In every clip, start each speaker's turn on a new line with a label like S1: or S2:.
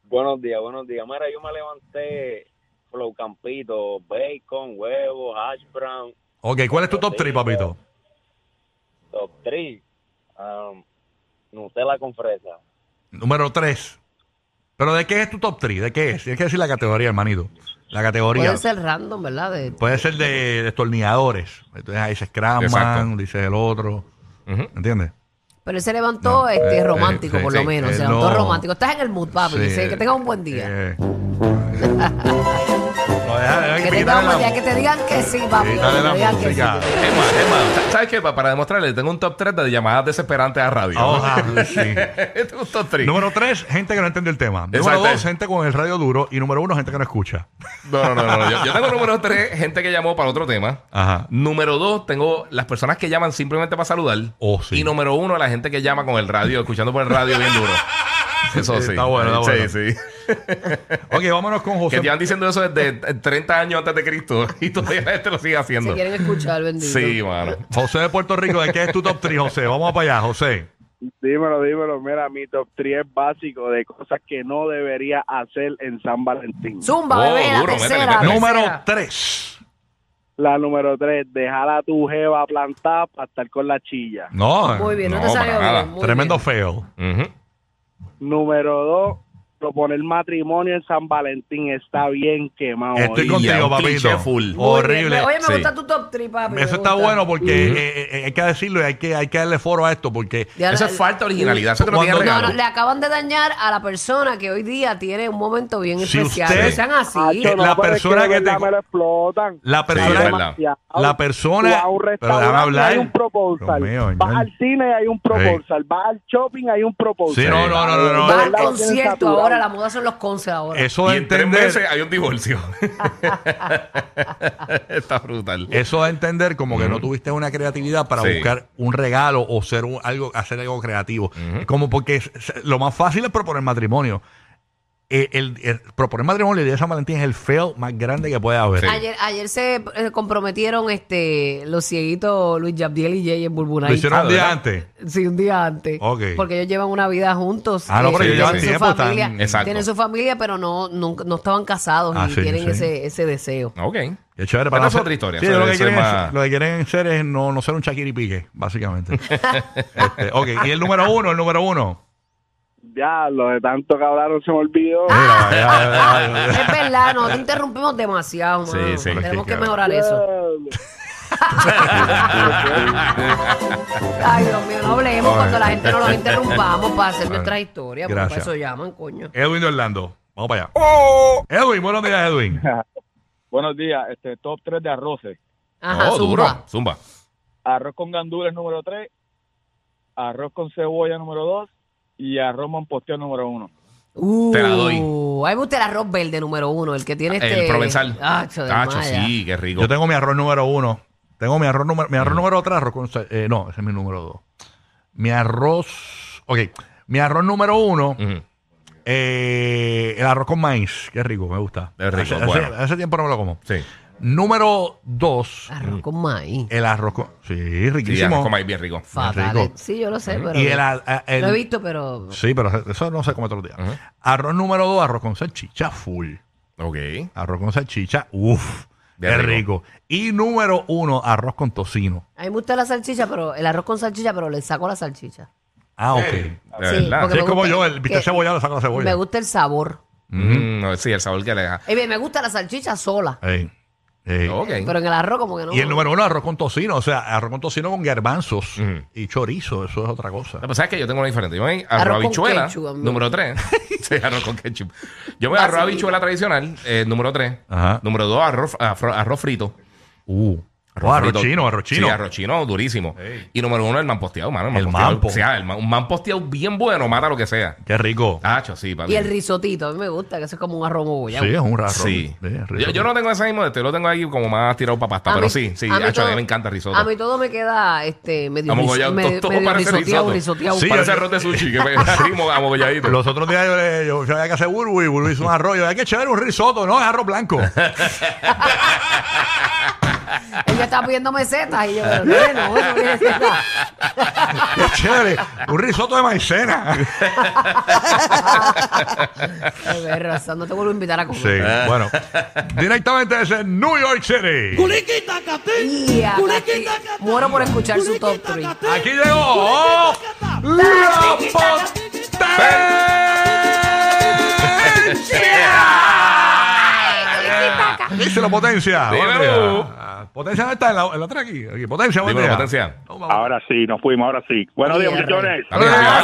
S1: Buenos días, buenos días. Mira, yo me levanté flow campito, bacon, huevo, hash brown,
S2: Ok, ¿cuál es tu top 3, papito?
S1: top 3, um, Nutella con fresa.
S2: Número 3. ¿Pero de qué es tu top 3? ¿De qué es? Tienes que decir la categoría, hermanito. La categoría.
S3: Puede ser random, ¿verdad? De-
S2: Puede ser de destornilladores. Entonces ahí se
S4: Exacto.
S2: Scramman, dice el otro.
S4: Ujú.
S2: ¿Entiendes?
S3: pero él se levantó
S2: No.
S3: este,
S2: Eh,
S3: romántico,
S4: eh,
S3: por
S4: sí,
S3: lo menos.
S2: eh,
S3: se levantó
S2: no.
S3: romántico. Estás en el mood, papi.
S2: Sí,
S3: Dice que tengas un buen día.
S2: eh. No, deja- deja que
S3: que tengas un
S2: quítale
S3: buen
S2: la-
S3: día. Que te digan que sí, papi. Que
S2: quítale
S3: te
S2: la
S3: digan que sí.
S2: música.
S4: Emma, Emma, ¿sabes qué? Pa- Para demostrarle, tengo un top 3 de llamadas desesperantes a radio.
S2: Ojalá, sí.
S4: tengo un top 3.
S2: Número 3, gente que no entiende el tema. Número
S4: Exacto.
S2: 2, gente con el radio duro. Y número 1, gente que no escucha.
S4: No, no, no, no. Yo, yo tengo número 3, gente que llamó para otro tema.
S2: Ajá.
S4: Número 2, tengo las personas que llaman simplemente para saludar.
S2: Oh, sí.
S4: Y número 1, la gente que llama con el radio, escuchando por el radio bien duro.
S5: Eso sí.
S2: Está bueno, está bueno.
S5: Sí, sí.
S2: Ok, vámonos con
S4: Que
S2: José.
S4: llevan diciendo eso desde 30 años antes de Cristo y todavía la gente lo sigue
S3: Si
S4: haciendo.
S3: quieren escuchar, bendito.
S4: Sí, mano.
S2: José de Puerto Rico, ¿de qué es tu top 3, José? Vamos para allá, José.
S6: Dímelo, dímelo. Mira, mi top 3 es básico de cosas que no debería hacer en San Valentín.
S3: Zumba,
S4: Oh,
S3: bebé, la
S4: duro, métele,
S3: tercera.
S4: métele.
S3: la
S2: Número
S3: tercera.
S2: 3.
S6: La número 3, dejar a tu jeva plantada para estar con la chilla.
S2: No,
S3: Muy bien, no, te
S4: No,
S3: salió
S4: para nada.
S3: bien. muy
S2: tremendo
S3: bien.
S2: fail.
S4: Ujú.
S6: Número 2, proponer matrimonio en San Valentín está bien quemado.
S2: Estoy
S6: ¿oíste?
S5: con-
S2: contigo,
S5: un cliché
S2: papito.
S5: full.
S3: Muy bien.
S2: Horrible.
S3: Oye, me
S5: Sí.
S3: gusta tu top 3, papi. me
S2: Eso está
S3: gusta.
S2: bueno porque eh, eh, hay que decirlo y hay que, hay que darle foro a esto porque
S3: Ya
S4: Eso
S3: la-
S4: es falta de originalidad. Eso te lo
S2: Cuando-
S4: tiene
S3: No,
S4: regalo.
S3: no, le acaban de dañar a la persona que hoy día tiene un momento bien
S2: Si
S3: especial.
S2: usted- Ah,
S3: No sean así.
S6: Hacho,
S2: la
S6: pero es
S2: persona
S6: de
S2: que
S6: verdad
S2: te-
S6: me lo explotan.
S2: la
S4: es
S2: persona...
S4: verdad.
S2: la persona-
S6: Tú vas a un
S2: pero
S6: restaurante
S2: déjame hablar.
S6: hay un proposal.
S2: Dios mío,
S6: vas
S2: señor.
S6: al cine y hay un proposal. Vas al shopping hay un proposal.
S2: Sí, no, no, no, no, no.
S3: Va al
S6: La tienen
S3: concierto
S6: saturada.
S3: ahora, la moda son los concerts ahora.
S2: Eso
S4: y
S2: de
S4: en tres
S2: entender...
S4: meses hay un divorcio. Está brutal.
S2: Eso de entender como que no tuviste una creatividad para
S4: Sí.
S2: buscar un regalo o ser un- algo, hacer algo creativo. Como porque s- s- lo más fácil es proponer matrimonio. Eh, El, el proponer matrimonio el día de San Valentín es el fail más grande que puede haber.
S4: Sí.
S3: Ayer, ayer se eh, comprometieron este los cieguitos Luis Yabdiel y Jay en Bulbunay.
S2: Lo hicieron
S4: Ah,
S2: un día
S4: ¿verdad?
S2: antes.
S3: Sí, un día antes.
S2: Ok.
S3: Porque ellos llevan una vida juntos.
S2: Ah, no, pero
S4: ellos llevan
S3: tienen su
S2: tiempo, están-
S3: familia,
S4: Exacto.
S3: Tienen su familia, pero no, nunca- no, estaban casados
S2: Ah,
S3: y
S2: sí,
S3: tienen
S2: sí.
S3: Ese, ese deseo.
S4: Ok.
S2: Qué chévere,
S4: Pero
S2: no
S4: eso es
S2: ser-
S4: otra historia,
S2: Sí,
S4: eso-
S2: lo, que
S4: eso es
S2: quieren,
S4: más-
S2: lo que quieren ser es no, no ser un Shakiripique, básicamente. Este, ok, y el número uno, el número uno.
S6: Ya, lo de tanto que hablaron se me olvidó.
S2: Mira, ya, ya, ya, ya.
S3: es verdad, nosotros interrumpimos demasiado.
S4: Sí,
S3: mano.
S4: sí.
S3: Tenemos que
S2: Claro.
S3: mejorar eso. Ay, Dios mío, no hablemos cuando la gente no los interrumpamos para hacer nuestra historia. porque
S2: Gracias.
S3: Para eso llaman, coño.
S2: Edwin de Orlando. Vamos para allá.
S4: Oh.
S2: Edwin, buenos días, Edwin.
S6: Buenos días, este top 3 de arroces.
S3: Ajá,
S4: oh, duro.
S3: zumba.
S4: Zumba.
S6: Arroz con gandules número 3, arroz con cebolla número 2 y arroz momposteo número 1.
S3: Uh,
S4: Te la doy.
S3: A mí me gusta el arroz verde número uno, el que tiene este.
S4: El provenzal.
S3: Acho, de
S4: Tacho,
S3: malla.
S4: sí, qué rico.
S2: Yo tengo mi arroz número uno. Tengo mi arroz número, mi arroz número tres, arroz con sal- eh, no, ese es mi número dos. Mi arroz, ok, mi arroz número uno,
S4: Ujú.
S2: eh, el arroz con maíz, qué rico, me gusta.
S4: Es rico,
S2: hace, hace-
S4: bueno.
S2: hace tiempo no me lo como.
S4: Sí.
S2: Número dos,
S3: Arroz con
S4: Mm.
S3: maíz.
S2: el arroz con, sí,
S4: Sí,
S2: riquísimo.
S4: arroz con maíz bien rico. Mm.
S3: Fatal. eh.
S2: rico.
S3: Sí, yo lo sé, pero.
S2: y el, a- a- el-
S3: Lo he visto, pero.
S2: sí, pero eso no se come todos los días.
S4: Ujú.
S2: Arroz número dos, arroz con salchicha full.
S4: Ok.
S2: Arroz con salchicha, uff,
S4: Bien
S2: es rico.
S4: rico.
S2: Y número uno, arroz con tocino.
S3: A mí me gusta la salchicha, pero. El arroz con salchicha, pero le saco la salchicha.
S2: Ah, ok.
S4: De
S3: Sí,
S4: verdad.
S3: porque-
S2: Sí, es como
S3: gusta
S2: yo, el bistec
S3: que-
S2: cebollado le saco la cebolla.
S3: Me gusta el sabor.
S4: Mm, no, sí, el sabor que le da.
S3: Eh, bien, me gusta la salchicha sola.
S2: Ey, ey.
S4: Ok.
S3: Pero en el arroz, como que no.
S2: Y el número uno, arroz con tocino. O sea, arroz con tocino con garbanzos
S4: Ujú.
S2: y chorizo. Eso es otra cosa.
S4: No, pues sabes que yo tengo una diferente. Yo me
S3: Arroz
S4: arroz
S3: con
S4: habichuela,
S3: ketchup, amigo.
S4: número 3. sí, arroz con ketchup. Yo me arroz
S3: Vaselina.
S4: habichuela tradicional, eh, número 3.
S2: Ajá.
S4: Número 2, arroz, afro- arroz frito.
S2: Uh. Oh, arroz chino, arroz chino.
S4: Sí, arroz chino, durísimo.
S2: Ey.
S4: Y número 1, el manposteado, mano.
S2: El
S4: manposteado,
S2: mampo.
S4: O sea, el ma- un manposteado bien bueno, mata lo que sea.
S2: Qué rico.
S4: Tacho, sí, papi.
S3: Y el risotito, a mí me gusta, que eso es como un arroz mogollado.
S2: sí, es un raro.
S4: uh, Sí. Yo, yo no tengo ese mismo, este, yo lo tengo ahí como más tirado para pasta,
S3: A
S4: pero
S3: mí-
S4: sí, sí,
S3: a mí
S4: hacho, a mí
S3: todo-
S4: me encanta el risotto.
S3: A mí todo me queda este, medio, ris-
S4: Amogollado,
S3: me-
S4: todo, todo
S3: medio
S4: parece
S3: risoteado,
S4: risotto.
S3: risoteado.
S2: Sí,
S4: Parece
S2: yo-
S4: arroz de sushi, que me rimo amogolladito.
S2: Los otros días yo, le- yo, yo había que hacer burbu y burbu hizo un arroz. Yo, Hay que chévere un risotto, no, es arroz blanco.
S3: Ella estaba pidiendo mesetas y yo, pero nene, no, eso no tiene seta.
S2: Qué chévere, un risotto de maicena.
S3: Ay, perro, eso no te vuelvo a invitar a
S2: Sí,
S3: comer.
S2: bueno. Directamente desde New York City.
S3: Y a- Muero por escuchar su top 3.
S2: Aquí llegó la potencia.
S4: Ah.
S2: Díselo, potencia. Buenos
S4: Dímelo.
S2: días. Ah, Potencia ¿dónde está en la, en la otra aquí. Aquí, Potencia, buen
S4: Dímelo,
S2: día.
S4: potencia.
S2: No, vamos.
S6: Ahora sí, nos fuimos, ahora sí. Buenos días,
S3: Mierda.
S6: muchachones.
S4: Happy
S2: Ah,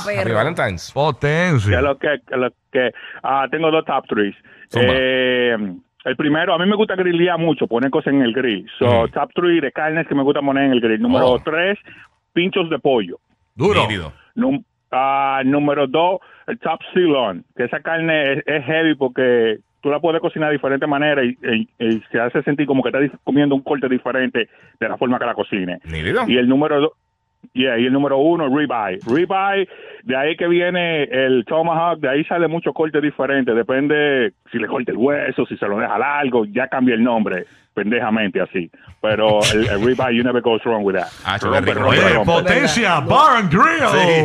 S4: Valentine's.
S3: perro.
S4: Happy Valentine's.
S6: Que
S2: Potencia.
S6: lo que, que lo que, ah, tengo dos top threes.
S4: Zumba.
S6: Eh, el primero, a mí me gusta grillear mucho, poner cosas en el grill. So, top three de carnes que me gusta poner en el grill. Número
S4: Oh.
S6: tres, pinchos de pollo.
S2: Duro.
S4: Nítido.
S6: Num- ah, número dos, el top sirloin, que esa carne es, es heavy porque tú la puedes cocinar de diferente manera y, y- y se hace sentir como que estás comiendo un corte diferente de la forma que la cocine.
S4: Nítido.
S6: Y el número do- Yeah, y el número uno, ribeye. Ribeye, de ahí que viene el tomahawk, de ahí sale muchos cortes diferentes. Depende si le corta el hueso, si se lo deja largo, ya cambia el nombre, pendejamente así. Pero el, el ribeye, you never goes wrong with that.
S4: Ah, eso
S6: Rompe,
S4: es rico.
S6: rompe,
S2: Oye,
S6: rompe.
S2: potencia, bar and grill.
S3: Sí,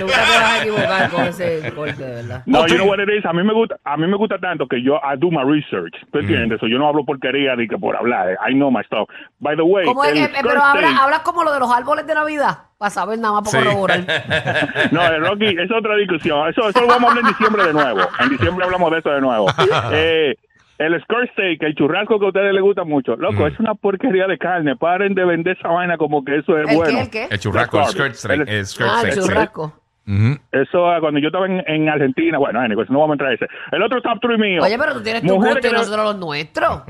S3: nunca te vas a equivocar con ese corte, de verdad.
S6: No,
S2: Otra-
S6: you know what it is. A mí me gusta, a mí me gusta tanto que yo I do my research. ¿Tú entiendes? So, yo no hablo porquería ni que por hablar. I know my stuff. By the way,
S3: ¿Cómo es?
S6: el
S3: Eh, eh, pero
S6: first
S3: hablas
S6: date-
S3: hablas como lo de los árboles de Navidad, para saber nada más
S4: Sí.
S3: para corroborar.
S6: No, eh, Rocky, es otra discusión. Eso, eso lo vamos a hablar en diciembre de nuevo. En diciembre hablamos de eso de nuevo. Eh, el skirt steak, el churrasco que a ustedes les gusta mucho. Loco, es una porquería de carne. Paren de vender esa vaina como que eso es
S3: ¿El
S6: bueno.
S3: qué? ¿El qué?
S4: El churrasco, el skirt steak.
S6: El-
S4: El skirt
S3: ah,
S4: steak,
S3: el
S4: sí.
S3: churrasco.
S6: Eso, eh, cuando yo estaba en, en Argentina, bueno, anyways, no vamos a entrar a ese. El otro top 3 mío.
S3: Oye, pero tú tienes tu
S6: Mujeres
S3: gusto y
S6: que no-
S3: nosotros los nuestros.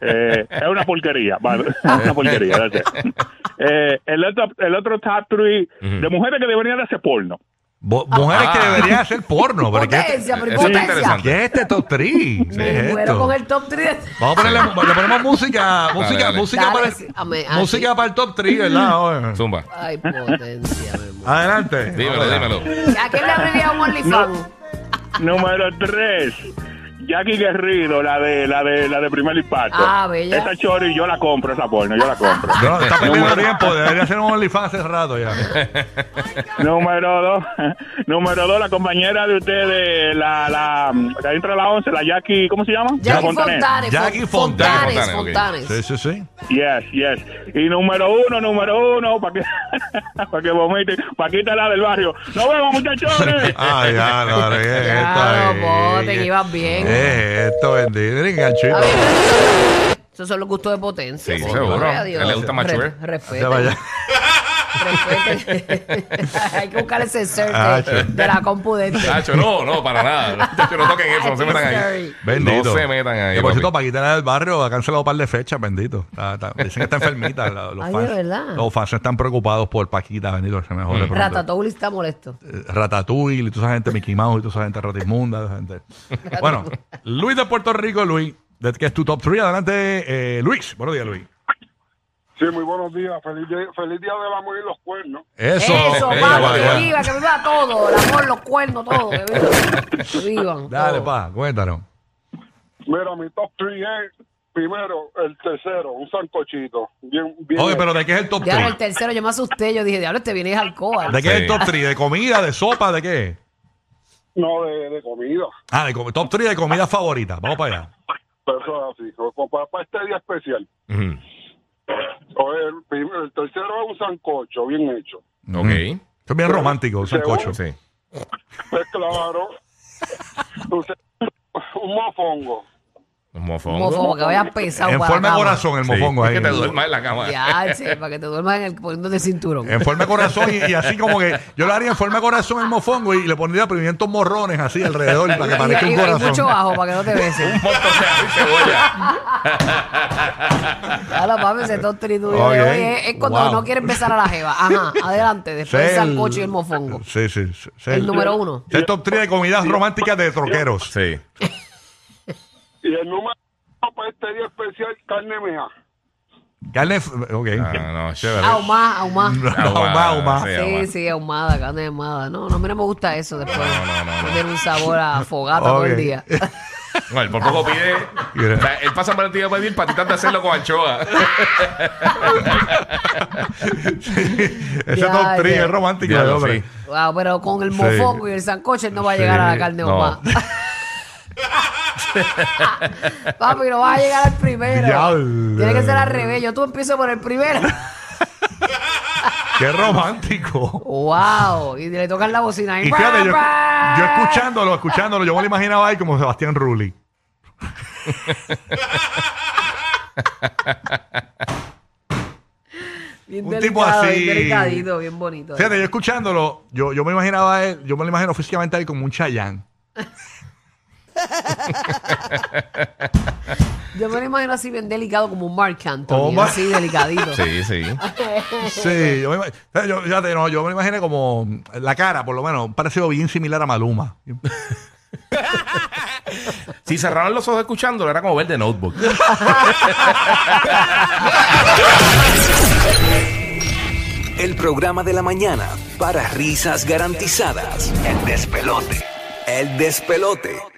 S6: Eh, es una porquería, vale, es una porquería. that's it. Eh, el, otro, el otro top 3 de mujeres que deberían de hacer porno.
S2: Bo- Mujeres que deberían hacer porno. pero ¿qué- este?
S3: Potencia, pero
S4: Eso está
S3: potencia.
S4: interesante.
S2: ¿Qué es este top 3?
S3: Me muero con el top 3.
S2: Vamos a ponerle, le ponemos música, música,
S4: dale.
S2: música,
S3: Dale,
S2: para, el,
S3: sí, amén, ah,
S2: música
S3: sí.
S2: para el top 3, ¿verdad? Oye.
S4: Zumba.
S3: Ay, potencia, me muero.
S2: Adelante.
S4: Dímelo, dímelo.
S3: ¿A quién le abriría un OnlyFans?
S6: Número 3. Jackie Guerrido, la de, la de, la de primer impacto.
S3: Ah, bella.
S6: Esa chori yo la compro, esa porno, yo la compro.
S2: No, está perdiendo
S6: Número-
S2: tiempo, debería ser un OnlyFans hace rato ya.
S6: número 2. Número 2, la compañera de ustedes, la, la, la dentro de la 11, la Jackie, ¿cómo se llama? La
S3: Jackie Fontanes.
S2: Jackie
S3: Fon-
S2: Fontanes.
S3: Fontanes.
S4: Fontanes,
S3: Fontanes.
S2: Sí, sí, sí.
S6: Yes, yes. Y número uno, número uno, para que, para que vomite, Paquita la del barrio. ¡Nos vemos, muchachones!
S2: Ay, ya, no, no, ¿qué es
S3: Ya,
S2: esto,
S3: no,
S2: ahí?
S3: bote, que ibas bien.
S2: ¿Qué es esto, bendito, Mira, enganchito.
S3: A ver, Esos son los gustos de potencia.
S4: Sí,
S3: señor.
S4: seguro.
S3: Ay, Dios.
S4: A él le gusta mature.
S3: Re- respeten,
S2: Se vaya.
S3: respeten. Hay que buscar ese search
S2: Ah,
S3: de,
S2: sí.
S3: de la compu de este.
S4: Tacho, no, no, para nada. Tacho, no toquen eso, no se metan ahí.
S3: Sorry.
S2: Bendito.
S4: No se metan ahí.
S2: Que por cierto,
S4: papi.
S2: Paquita la del barrio ha cancelado un par de fechas, bendito. Está- está- dicen que está enfermita. la- Los
S3: Ay,
S2: fans,
S3: de verdad. Mm.
S2: Los fans están preocupados por Paquita, bendito, que se mejore. pronto.
S3: Ratatouille está molesto.
S2: Eh, Ratatouille, y toda esa gente, Mickey Mouse, y toda esa gente ratismunda. toda esa gente. Bueno, Luis de Puerto Rico, Luis, de- que es tu top 3. Adelante, eh, Luis. Buenos días, Luis.
S5: Sí, muy buenos días. Feliz, día- feliz día del amor y los cuernos.
S2: Eso,
S3: Eso,
S2: Venga,
S3: vamos,
S2: vaya.
S3: que viva, que viva todo. El amor, los cuernos, todo. Que viva. Que vivan.
S2: Dale,
S3: todo.
S2: pa, cuéntanos.
S5: Mira, mi top 3 es, primero, el tercero, un sancochito. Bien, bien
S2: Oye, pero ¿de qué es el top
S3: Ya el
S2: 3?
S3: tercero, yo me asusté. Yo dije, diablo, este viene es alcohol.
S2: ¿De qué es el
S4: Sí.
S2: top 3? ¿De comida, de sopa, de qué?
S5: No, de, de comida.
S2: Ah, de com- top 3 de comida favorita. Vamos para allá.
S5: Pero eso es así. como Para, para este día especial.
S4: Ujú.
S5: Oye, el, prim- el tercero es un sancocho, bien hecho.
S4: Ok.
S2: Eso es bien romántico, un sancocho.
S4: Sí.
S5: Pues claro. Entonces, un mofongo.
S4: Un mofongo.
S3: Mofo, que vayas pesado.
S2: En
S3: para la
S2: forma de
S3: cama.
S2: corazón, el
S4: Sí.
S2: mofongo
S4: Es
S2: ahí.
S4: que te duermas en la cama.
S3: Ya, che, para que te duermas en el poniéndote el cinturón.
S2: En forma de corazón y, y así como que yo lo haría en forma de corazón el mofongo y le pondría pimientos morrones así alrededor para que parezca
S3: Y- y-
S2: un
S3: y mucho
S2: corazón.
S3: bajo para que no te besen.
S4: Un montón de ajo y cebolla.
S3: A la Ah, papi, ese top three tuyo de
S2: Ok.
S3: hoy es, es cuando
S2: Wow.
S3: no quieres besar a la jeva. Ajá, adelante. Después el
S2: Ese es el-
S3: sancocho y el mofongo.
S2: Sí, sí. sí, sí.
S3: El número uno.
S2: Es el top 3 de comidas románticas de troqueros.
S4: Sí.
S5: Y el número uno para este día especial, carne meja.
S2: Carne. f- Ok.
S4: Ah, no, chévere.
S3: Ahumada, ahumada.
S2: Ahumada, ahumada.
S4: sí, ahumada.
S3: Sí, sí, ahumada, carne ahumada. No, no, a mí no me gusta eso después.
S4: No, no, no, no.
S3: Tiene un sabor a fogata todo
S2: Ok.
S3: el día.
S4: No, él por poco pide.
S2: Mira.
S4: o sea, él pasa por el día a pedir patitas de hacerlo con anchoa.
S2: Ese
S3: Ya,
S2: top 3
S3: ya.
S2: es romántico
S4: Ya
S2: de
S4: lo
S2: hombre.
S4: sé.
S3: Wow, pero con el
S2: Sí.
S3: mofongo y el sancocho él no va a
S2: Sí,
S3: llegar a la carne
S4: no.
S3: ahumada. Papi, no vas a llegar al primero.
S2: Diablo.
S3: Tiene que ser al revés. Yo tú empiezo por el primero.
S2: Qué romántico.
S3: wow. Y le tocan la bocina. ahí.
S2: Y fíjate, yo, yo escuchándolo, escuchándolo, yo me lo imaginaba ahí como Sebastián Rulli.
S3: Bien
S2: un
S3: delicado,
S2: tipo así.
S3: Bien delicadito, bien bonito.
S2: Fíjate, yo escuchándolo, yo, yo me imaginaba a él, yo me lo imagino físicamente ahí como un Chayán.
S3: Yo me lo imagino así bien delicado como un Mark Anthony.
S2: Oh, ma-
S3: así delicadito.
S4: Sí, sí.
S2: Sí, yo me, imag- fíjate, yo, fíjate, no, yo me lo imaginé como la cara, por lo menos, un parecido bien similar a Maluma.
S4: Si cerraron los ojos escuchándolo, era como ver de notebook.
S7: El programa de la mañana para risas garantizadas. El despelote. El despelote.